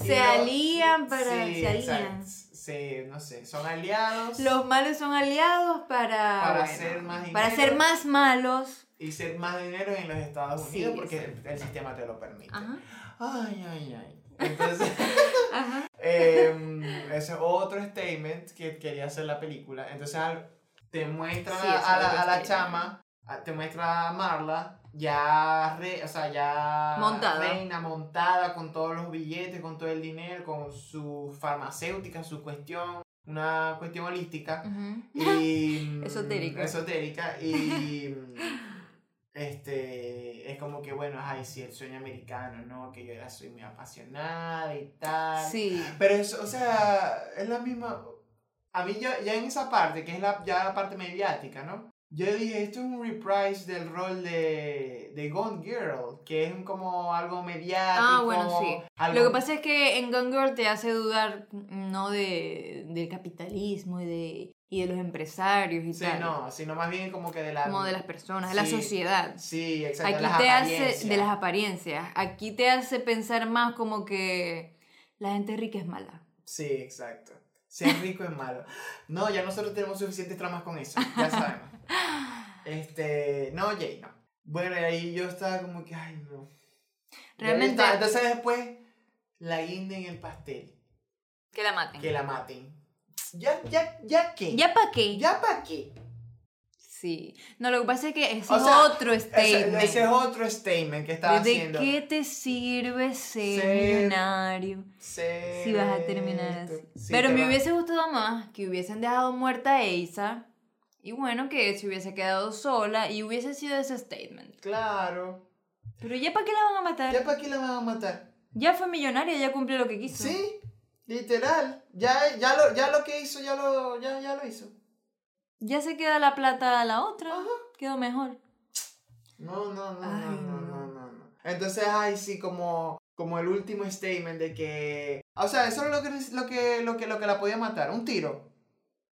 S1: y
S2: se
S1: los-
S2: alían para- se
S1: exacto.
S2: alían.
S1: Sí, no sé, son aliados
S2: los malos son aliados para,
S1: Para
S2: bueno,
S1: ser más
S2: para
S1: dinero.
S2: ser más malos.
S1: y ser más dinero en los Estados
S2: Sí,
S1: Unidos porque el sistema te lo permite.
S2: Ajá,
S1: Ay, ay, ay. Entonces...
S2: ajá.
S1: Em, ese es otro statement que quería hacer la película. Entonces al- te muestra
S2: Sí, es
S1: a, la,
S2: otro
S1: a la
S2: statement.
S1: chama, a- te muestra a Marla ya, re- o sea, ya
S2: Montada.
S1: reina, montada con todos los billetes, con todo el dinero, con su farmacéutica, su cuestión, una cuestión holística.
S2: ujú.
S1: Y,
S2: Esotérica.
S1: Esotérica. Y este, es como que, bueno, ay, sí, el sueño americano, ¿no? Que yo era soy muy apasionada y tal.
S2: Sí,
S1: Pero es, o sea, es la misma. A mí ya, ya en esa parte, que es la, ya la parte mediática, ¿no? Yo dije, esto es un reprise del rol de, de Gone Girl, que es un como algo mediático.
S2: Ah, bueno, sí.
S1: algo-
S2: lo que pasa es que en Gone Girl te hace dudar, no de, del capitalismo y de, y de los empresarios y
S1: Sí,
S2: tal,
S1: no, sino más bien como que de la.
S2: como de las personas, de
S1: Sí.
S2: la sociedad.
S1: Sí, exacto.
S2: Aquí
S1: de las
S2: te
S1: apariencias.
S2: hace de las apariencias. Aquí te hace pensar más como que la gente rica es mala.
S1: Sí, exacto. Ser rico es malo. No, ya nosotros tenemos suficientes tramas con eso, ya sabemos. Este, no, Jay, no. Bueno, y ahí yo estaba como que, ay, no. Ya yo
S2: Realmente-
S1: estaba- entonces después, la guinda en el pastel,
S2: Que la maten.
S1: que la maten. ¿Ya, ya, ya qué?
S2: ¿Ya para qué?
S1: ¿Ya para qué?
S2: Sí. No, lo que pasa es que ese
S1: O
S2: es
S1: sea,
S2: otro
S1: Ese,
S2: statement.
S1: ese es otro statement que estaba
S2: ¿De
S1: haciendo.
S2: qué te sirve ser,
S1: Ser-
S2: millonario
S1: Se-
S2: si vas a terminar así?
S1: Sí,
S2: Pero
S1: te
S2: me
S1: va-
S2: hubiese gustado más que hubiesen dejado muerta a Eisa y bueno, que se hubiese quedado sola y hubiese sido ese statement.
S1: Claro.
S2: Pero ya para qué la van a matar?
S1: ¿Ya
S2: Ya,
S1: para qué la van a matar?
S2: fue millonaria, ya cumplió lo que quiso.
S1: Sí, literal. Ya, ya, lo, ya lo que hizo, ya lo, ya, ya lo hizo.
S2: Ya se queda la plata a la otra.
S1: Ajá.
S2: Quedó mejor.
S1: No, no, no,
S2: Ay,
S1: no, no,
S2: no.
S1: no, no, no. Entonces, ay, sí, como, como el último statement de que... O sea, eso es lo que, lo que, lo que, lo que la podía matar, un tiro.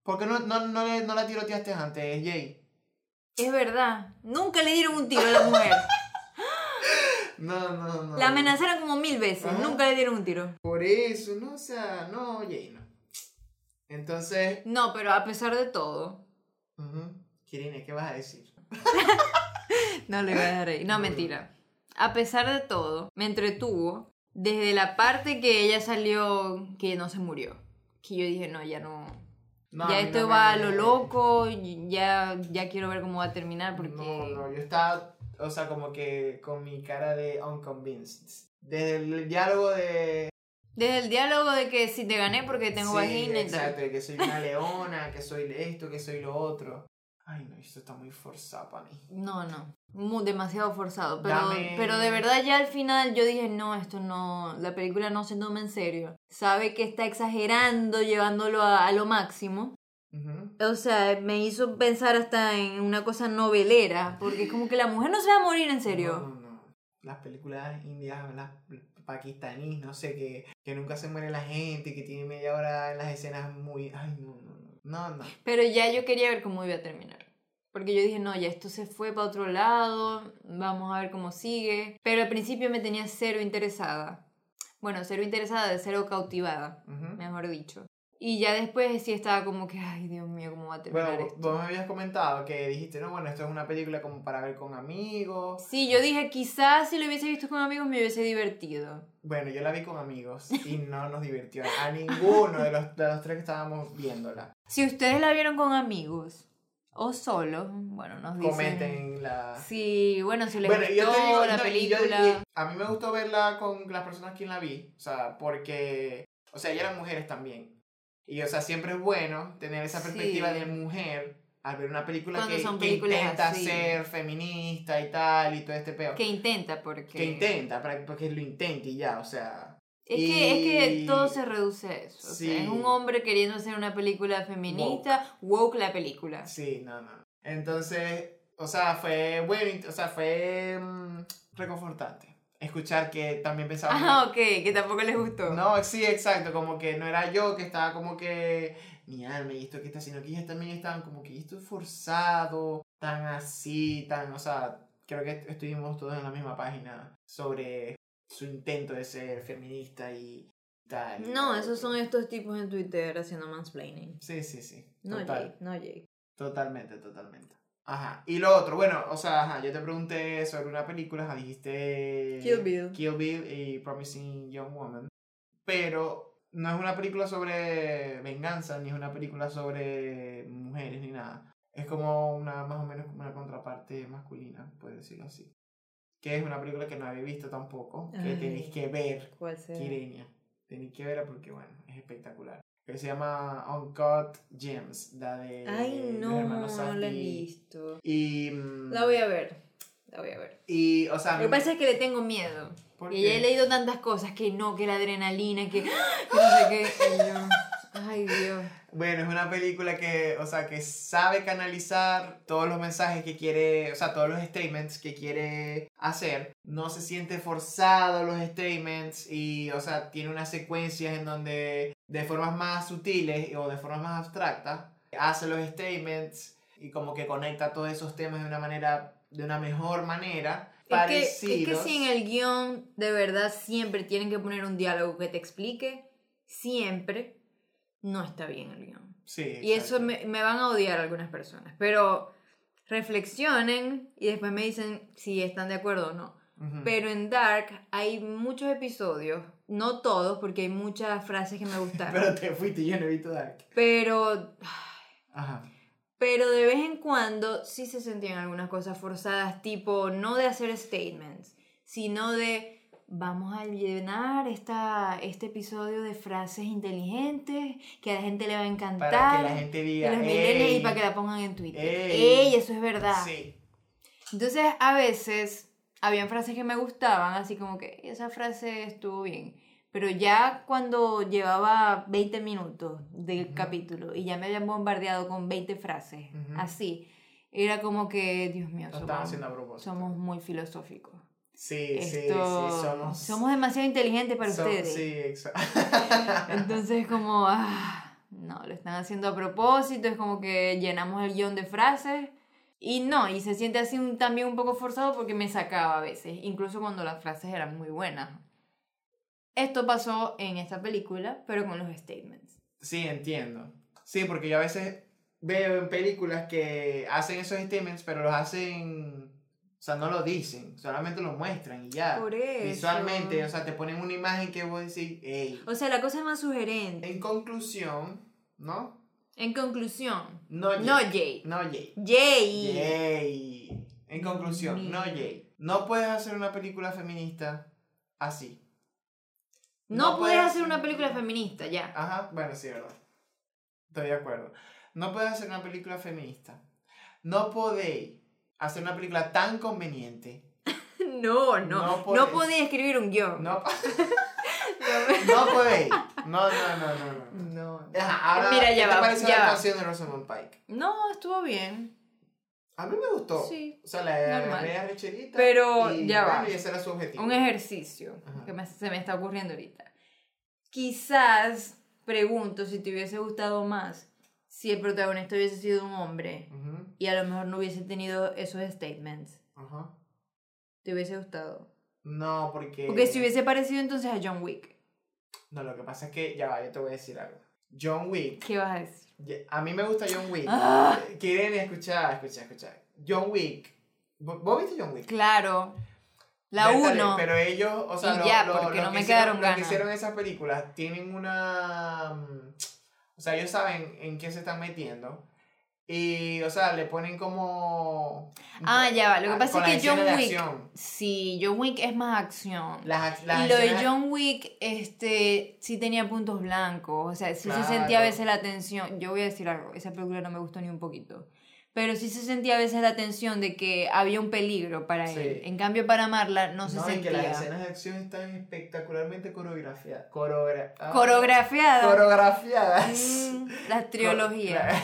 S1: Porque no, no, no, le- no la tiroteaste antes, Jay.
S2: Es verdad. Nunca le dieron un tiro a la mujer.
S1: No, no, no.
S2: La amenazaron como mil veces.
S1: Ajá.
S2: Nunca le dieron un tiro.
S1: Por eso, no, o sea, no, Jay, no. Entonces,
S2: No, pero a pesar de todo.
S1: ujú. Kirine, ¿qué vas a decir?
S2: No le voy a dejar ahí. No,
S1: No.
S2: mentira. A pesar de todo, me entretuvo desde la parte que ella salió que no se murió. Que yo dije, no, ya no.
S1: No, a
S2: ya
S1: mí
S2: esto
S1: no me-
S2: va a lo loco. y Ya, ya quiero ver cómo va a terminar porque.
S1: No, no, yo estaba, o sea, como que con mi cara de unconvinced. Desde el diálogo de...
S2: Desde el diálogo de que si te gané porque tengo
S1: Sí,
S2: vagina y tal.
S1: Exacto, de que soy una leona, que soy esto, que soy lo otro. Ay, no, esto está muy forzado para mí.
S2: No, no. Mu- demasiado forzado. Pero,
S1: Dame-
S2: pero de verdad ya al final yo dije, no, esto no, la película no se toma en serio. Sabe que está exagerando, llevándolo a, a lo máximo.
S1: Ujú.
S2: O sea, me hizo pensar hasta en una cosa novelera, porque es como que la mujer no se va a morir en
S1: No,
S2: serio.
S1: no, no. Las películas indias, las pakistaníes, no sé, que, que nunca se muere la gente, que tiene media hora en las escenas muy... Ay, no, no, no. No, no.
S2: Pero ya yo quería ver cómo iba a terminar. Porque yo dije, no, ya esto se fue para otro lado, vamos a ver cómo sigue. Pero al principio me tenía cero interesada. Bueno, cero interesada, de cero cautivada.
S1: Ujú.
S2: mejor dicho. Y ya después sí estaba como que, ay, Dios mío, ¿cómo va a terminar
S1: Bueno,
S2: esto?
S1: vos me habías comentado que dijiste, no, bueno, esto es una película como para ver con amigos.
S2: Sí, yo dije, quizás si lo hubiese visto con amigos me hubiese divertido.
S1: Bueno, yo la vi con amigos y no nos divirtió a ninguno de los, de los tres que estábamos viéndola.
S2: Si ustedes la vieron con amigos o solos, bueno, nos dicen.
S1: Comenten en la...
S2: Sí, bueno, si les
S1: Bueno,
S2: gustó
S1: yo te digo,
S2: la
S1: no, y yo-
S2: película.
S1: y a mí me gustó verla con las personas que la vi, o sea, porque, o sea, ellas eran mujeres también. Y, o sea, siempre es bueno tener esa perspectiva
S2: Sí.
S1: de mujer al ver una película
S2: Cuando
S1: que,
S2: son
S1: que
S2: películas
S1: intenta
S2: así.
S1: ser feminista y tal, y todo este peo.
S2: Que intenta, porque.
S1: Que intenta, para- porque lo intente y ya, o sea...
S2: Es, que, es que
S1: y-
S2: todo se reduce a eso. o sea,
S1: Sí.
S2: es un hombre queriendo hacer una película feminista, woke, la película.
S1: Sí, no, no. Entonces, o sea, fue bueno, o sea, fue mm, reconfortante escuchar que también pensaba...
S2: Ah, ok, que tampoco les gustó.
S1: No, sí, exacto, como que no era yo que estaba como que, mi alma, y esto que está haciendo, que ellas también estaban como que, y esto es forzado, tan así, tan, o sea, creo que est- estuvimos todos en la misma página sobre su intento de ser feminista y tal. y
S2: No,
S1: tal.
S2: esos son estos tipos en Twitter haciendo mansplaining.
S1: Sí, sí, sí.
S2: No
S1: total.
S2: Jake, no Jake.
S1: Totalmente, totalmente. Ajá. Y lo otro, bueno, o sea, ajá, yo te pregunté sobre una película, ajá, dijiste
S2: Kill Bill.
S1: Kill Bill y Promising Young Woman, pero no es una película sobre venganza, ni es una película sobre mujeres, ni nada. Es como una, más o menos como una contraparte masculina, puedes decirlo así. Que es una película que no había visto tampoco, que
S2: Ay.
S1: tenéis que ver,
S2: ¿Cuál será?
S1: Kirenia. Tenéis que verla porque, bueno, es espectacular. Que se llama Uncut Gems, la de
S2: Ay,
S1: los
S2: no,
S1: hermanos
S2: no la he
S1: Safdie.
S2: visto.
S1: Y. eh, mm,
S2: La voy a ver. La voy a ver.
S1: Y, o sea.
S2: Lo que pasa es que le tengo miedo.
S1: ¿por
S2: Y ya
S1: qué?
S2: he leído tantas cosas que no, que la adrenalina, que, que no sé qué. y yo, Ay, Dios.
S1: Bueno, es una película que, o sea, que sabe canalizar todos los mensajes que quiere, o sea, todos los statements que quiere hacer. No se siente forzado los statements y, o sea, tiene unas secuencias en donde de formas más sutiles o de formas más abstractas hace los statements y como que conecta todos esos temas de una manera, de una mejor manera.
S2: Es que, es que
S1: parecidos.
S2: si en el guión de verdad siempre tienen que poner un diálogo que te explique, siempre no está bien el guión.
S1: Sí,
S2: Y eso
S1: exacto.
S2: me, me van a odiar algunas personas, pero reflexionen y después me dicen si están de acuerdo o no.
S1: Ujú.
S2: Pero en Dark hay muchos episodios, no todos, porque hay muchas frases que me gustaron, pero,
S1: Pero te fuiste y yo no he visto Dark.
S2: pero,
S1: Ajá.
S2: de vez en cuando sí se sentían algunas cosas forzadas, tipo no de hacer statements, sino de vamos a llenar esta, este episodio de frases inteligentes que a la gente le va a encantar.
S1: Para que la gente
S2: de
S1: diga.
S2: los millennials
S1: "Ey,
S2: y para que la pongan en Twitter.
S1: ey".
S2: Ey, eso es verdad.
S1: Sí.
S2: Entonces, a veces, habían frases que me gustaban, así como que esa frase estuvo bien. Pero ya cuando llevaba 20 minutos del
S1: Ujú.
S2: capítulo y ya me habían bombardeado con 20 frases,
S1: Ujú.
S2: así, era como que, Dios mío,
S1: Lo estamos
S2: somos,
S1: haciendo a propósito.
S2: somos muy filosóficos.
S1: Sí, sí, sí,
S2: Esto-
S1: somos.
S2: demasiado inteligentes para
S1: som-
S2: ustedes.
S1: Sí, exacto.
S2: Entonces como, ah, no, lo están haciendo a propósito, es como que llenamos el guión de frases. Y no, y se siente así un- también un poco forzado porque me sacaba a veces, incluso cuando las frases eran muy buenas. Esto pasó en esta película, pero con los statements.
S1: Sí, entiendo. Sí, porque yo a veces veo en películas que hacen esos statements, pero los hacen. O sea, no lo dicen, solamente lo muestran y ya.
S2: Por eso.
S1: Visualmente, o sea, te ponen una imagen que vos decís, hey.
S2: O sea, la cosa es más sugerente.
S1: En conclusión, ¿no?
S2: En conclusión,
S1: No, Jay.
S2: no Jay.
S1: No, Jay.
S2: Jay.
S1: Yay. En conclusión,
S2: Eh, Ni-
S1: no, Jay. No puedes hacer una película feminista así.
S2: No,
S1: No
S2: puedes
S1: puedes-
S2: hacer una película feminista, ya.
S1: Ajá, bueno, sí, verdad. Estoy de acuerdo. No puedes hacer una película feminista. No podéis hacer una película tan conveniente.
S2: No, no.
S1: No
S2: No,
S1: podés.
S2: podía escribir un guión.
S1: No, no podéis. No, no, no, no. no.
S2: no.
S1: Ajá, ahora,
S2: Mira, ya
S1: ¿qué te
S2: va,
S1: pareció
S2: ya
S1: la
S2: va.
S1: actuación de Rosamund Pike?
S2: No, estuvo bien.
S1: A mí me gustó.
S2: Sí.
S1: O sea, la la
S2: Normal.
S1: media recherita.
S2: Pero
S1: y,
S2: ya va.
S1: bueno, y ese era su objetivo.
S2: Un ejercicio
S1: Ajá.
S2: que me- se me está ocurriendo ahorita. Quizás pregunto si te hubiese gustado más si el protagonista hubiese sido un hombre
S1: Ujú,
S2: y a lo mejor no hubiese tenido esos statements.
S1: ajá.
S2: ¿Te hubiese gustado?
S1: No, porque.
S2: Porque si hubiese parecido entonces a John Wick,
S1: No, lo que pasa es que, ya va, yo te voy a decir algo. John Wick,
S2: ¿qué vas a decir?
S1: ya- a mí me gusta John Wick.
S2: ¡Ah!
S1: Quieren escuchar, escuchar, escuchar. John Wick. ¿Vo- ¿Vos viste John Wick?
S2: Claro. La
S1: Vértale,
S2: 1.
S1: Pero ellos, o sea,
S2: Y
S1: lo-
S2: ya,
S1: lo-
S2: porque
S1: lo
S2: no
S1: que
S2: me
S1: hicieron-
S2: quedaron
S1: lo que
S2: ganas.
S1: hicieron esas películas tienen una. mm, O sea, ellos saben en qué se están metiendo. Y, o sea, le ponen como.
S2: Ah, ya va. Lo que
S1: con
S2: pasa
S1: las
S2: es que John
S1: escenas de
S2: Wick.
S1: acción.
S2: Sí, John Wick es más acción.
S1: Las, ac- las
S2: y lo de
S1: escenas-
S2: John Wick, este, sí tenía puntos blancos, o sea, sí
S1: Claro.
S2: se sentía a veces la tensión. Yo voy a decir algo, esa película no me gustó ni un poquito. Pero sí se sentía a veces la tensión de que había un peligro para
S1: Sí.
S2: él. En cambio, para Marla no se
S1: No, y que
S2: sentía.
S1: las escenas de acción están espectacularmente coreografiadas. Coreogra- ah.
S2: Coreografiada.
S1: Coreografiadas.
S2: Mm, las trilogías.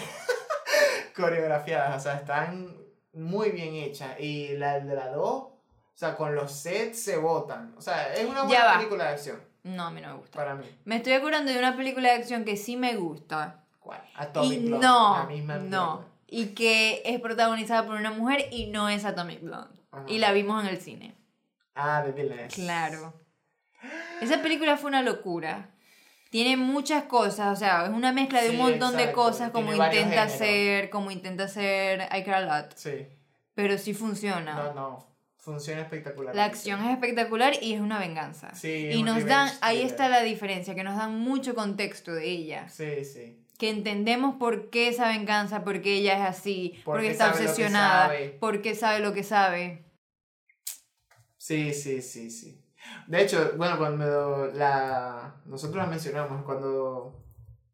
S1: Cor- Coreografiadas, o sea, están muy bien hechas. Y la de la 2, o sea, con los sets se botan. O sea, es una
S2: Ya
S1: buena
S2: va.
S1: película de acción
S2: No, a mí no me gusta.
S1: para mí.
S2: Me estoy acordando de una película de acción que sí me gusta.
S1: ¿Cuál? Atomic
S2: y
S1: Blonde.
S2: no,
S1: la misma
S2: no. Y que es protagonizada por una mujer y no es Atomic Blonde.
S1: mierda. Ajá.
S2: Y la vimos en el cine.
S1: Ah, de Villeneuve.
S2: Claro. Esa película fue una locura. Tiene muchas cosas, o sea, es una mezcla de
S1: Sí,
S2: un montón de
S1: exacto.
S2: cosas, como
S1: Tiene varios
S2: intenta
S1: géneros.
S2: hacer, como intenta hacer I Care a Lot,
S1: Sí.
S2: pero sí funciona.
S1: No, no. Funciona espectacular.
S2: La acción es espectacular y es una venganza.
S1: Sí, es
S2: y
S1: un
S2: nos
S1: revenge
S2: dan, ahí
S1: thriller.
S2: está la diferencia, que nos dan mucho contexto de ella,
S1: Sí, sí.
S2: que entendemos por qué esa venganza, por qué ella es así,
S1: Por
S2: por
S1: qué
S2: qué está
S1: sabe lo que
S2: obsesionada,
S1: sabe.
S2: por qué sabe lo que sabe.
S1: Sí, sí, sí, sí. De hecho, bueno, cuando la... Nosotros la mencionamos cuando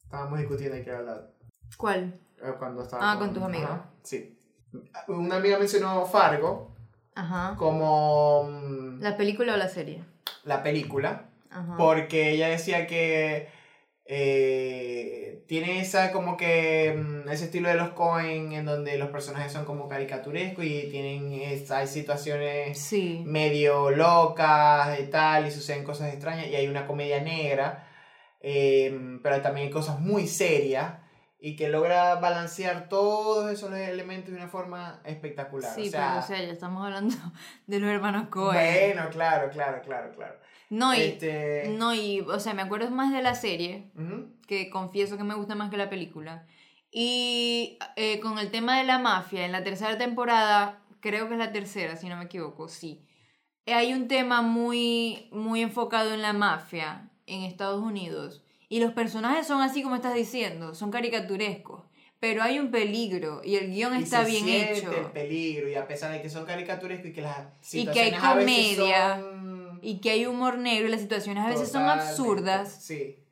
S1: estábamos discutiendo aquí hablar.
S2: ¿Cuál?
S1: eh, Cuando estaba
S2: Ah, con tus amigos.
S1: Ajá, sí. Una amiga mencionó Fargo
S2: Ajá.
S1: como mm, la,
S2: ¿La Ah. película o la serie?
S1: película,
S2: Ajá.
S1: porque ella decía que eh, tiene esa como que mm, ese estilo de los Cohen en donde los personajes son como caricaturescos y tienen esa- hay situaciones
S2: Sí.
S1: medio locas y tal, y suceden cosas extrañas, y hay una comedia negra, eh, pero también hay cosas muy serias, y que logra balancear todos esos elementos de una forma espectacular.
S2: Sí,
S1: o sea,
S2: pero o sea, ya estamos hablando de los hermanos Cohen.
S1: bueno, claro, claro, claro, claro.
S2: ¿eh? No, y,
S1: Este,
S2: no, y, o sea, me acuerdo más de la serie,
S1: ujú,
S2: que confieso que me gusta más que la película. Y eh, con el tema de la mafia, en la tercera temporada, creo que es la tercera, si no me equivoco, sí. hay un tema muy, muy enfocado en la mafia en Estados Unidos. Y los personajes son así como estás diciendo, son caricaturescos. Pero hay un peligro y el guión
S1: Y
S2: está
S1: se
S2: bien
S1: siente
S2: hecho.
S1: el peligro y a pesar de que son caricaturescos y que las
S2: Y que hay
S1: situaciones a veces
S2: comedia,
S1: son
S2: Y que hay humor negro y las situaciones a veces son
S1: totalmente-
S2: absurdas,
S1: Sí,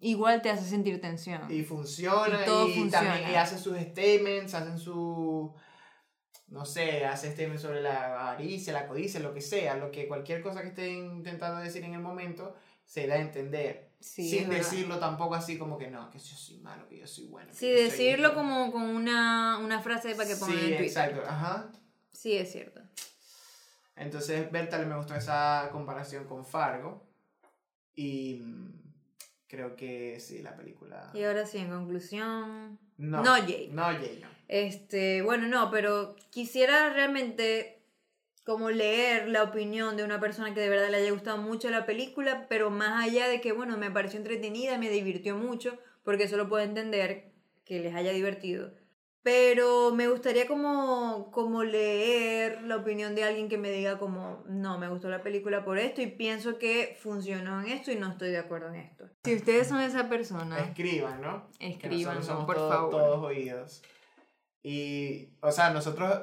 S2: igual te hace sentir tensión.
S1: y funciona
S2: Ah. Y
S1: y,
S2: todo
S1: también
S2: funciona.
S1: y hacen sus statements, hacen su no sé, hace statements sobre la avaricia, la codicia, lo que sea, lo que cualquier cosa que estén intentando decir en el momento se da a entender.
S2: Sí, es
S1: sin
S2: verdad.
S1: decirlo tampoco así como que no, que yo soy malo, que yo soy bueno. que
S2: Sí,
S1: yo soy
S2: decirlo
S1: esto".
S2: como con una, una frase para que pongan
S1: Sí,
S2: en Twitter.
S1: exacto, ajá.
S2: Sí, es cierto.
S1: Entonces, Bertal me gustó esa comparación con Fargo. Y mm, creo que sí, la película.
S2: Y ahora sí, en conclusión.
S1: No,
S2: No, Jay.
S1: No, Jay, no.
S2: Este, bueno, no, pero quisiera realmente como leer la opinión de una persona que de verdad le haya gustado mucho la película, pero más allá de que, bueno, me pareció entretenida, me divirtió mucho, porque eso lo puedo entender que les haya divertido. Pero me gustaría como, como leer la opinión de alguien que me diga como, no, me gustó la película por esto y pienso que funcionó en esto y no estoy de acuerdo en esto. Si ustedes son esa persona,
S1: Escriban, ¿no? Eh, Que nosotros
S2: escríbanlo,
S1: somos
S2: por
S1: todo-
S2: favor.
S1: todos oídos. Y, o sea, nosotros,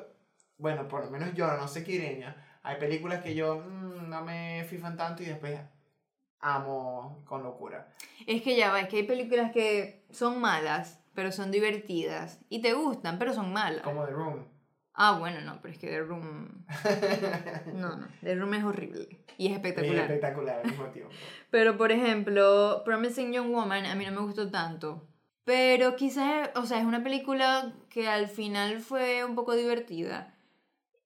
S1: bueno, por lo menos yo, no sé qué Ireña, hay películas que yo mm, no me fifan tanto y después amo con locura.
S2: Es que ya va, es que hay películas que son malas, pero son divertidas. Y te gustan, pero son malas.
S1: Como The Room.
S2: Ah, bueno, no, pero es que The Room. No, no, The Room es horrible. Y es
S1: Y
S2: espectacular.
S1: espectacular al mismo tiempo.
S2: Pero por ejemplo, Promising Young Woman a mí no me gustó tanto. Pero quizás, o sea, es una película que al final fue un poco divertida.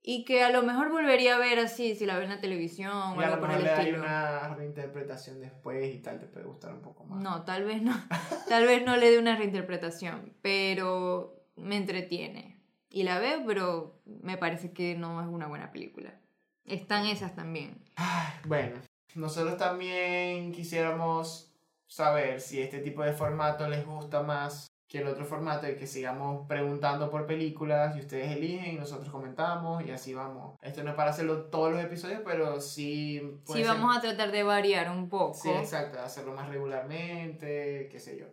S2: Y que a lo mejor volvería a ver así, si la veo en la televisión o
S1: Y a
S2: algo
S1: lo
S2: por
S1: mejor
S2: el
S1: le hay
S2: estilo.
S1: una reinterpretación después y tal, te puede gustar un poco más.
S2: No, tal vez no. Tal vez no le dé una reinterpretación, pero me entretiene. Y la veo, pero me parece que no es una buena película. Están esas también.
S1: Bueno, nosotros también quisiéramos saber si este tipo de formato les gusta más que el otro formato y que sigamos preguntando por películas y ustedes eligen y nosotros comentamos y así vamos. Esto no es para hacerlo todos los episodios, pero sí...
S2: Sí, vamos a tratar de variar un poco.
S1: Sí, exacto, hacerlo más regularmente, qué sé yo.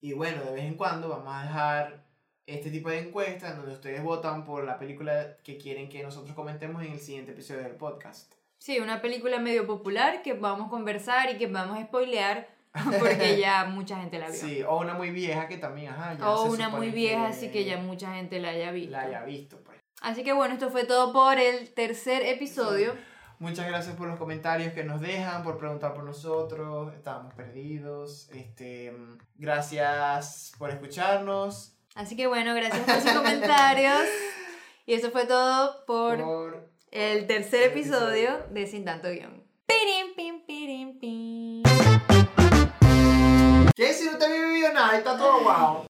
S1: Y bueno, de vez en cuando vamos a dejar este tipo de encuestas en donde ustedes votan por la película que quieren que nosotros comentemos en el siguiente episodio del podcast.
S2: Sí, una película medio popular que vamos a conversar y que vamos a spoilear porque ya mucha gente la vio.
S1: Sí, o una muy vieja que también, ajá, ya
S2: o
S1: se
S2: una muy
S1: supone
S2: vieja, así que ya mucha gente la haya visto.
S1: la haya visto, pues.
S2: Así que bueno, esto fue todo por el tercer episodio.
S1: Muchas gracias por los comentarios que nos dejan, por preguntar por nosotros, estábamos perdidos. Este, gracias por escucharnos.
S2: Así que bueno, gracias por sus comentarios. Y eso fue todo por
S1: por...
S2: el tercer
S1: el
S2: episodio
S1: episodio.
S2: de Sin Tanto Guión. Pirim, pim, pirim, pim.
S1: ¿Qué si no te había vivido nada? Está todo guau.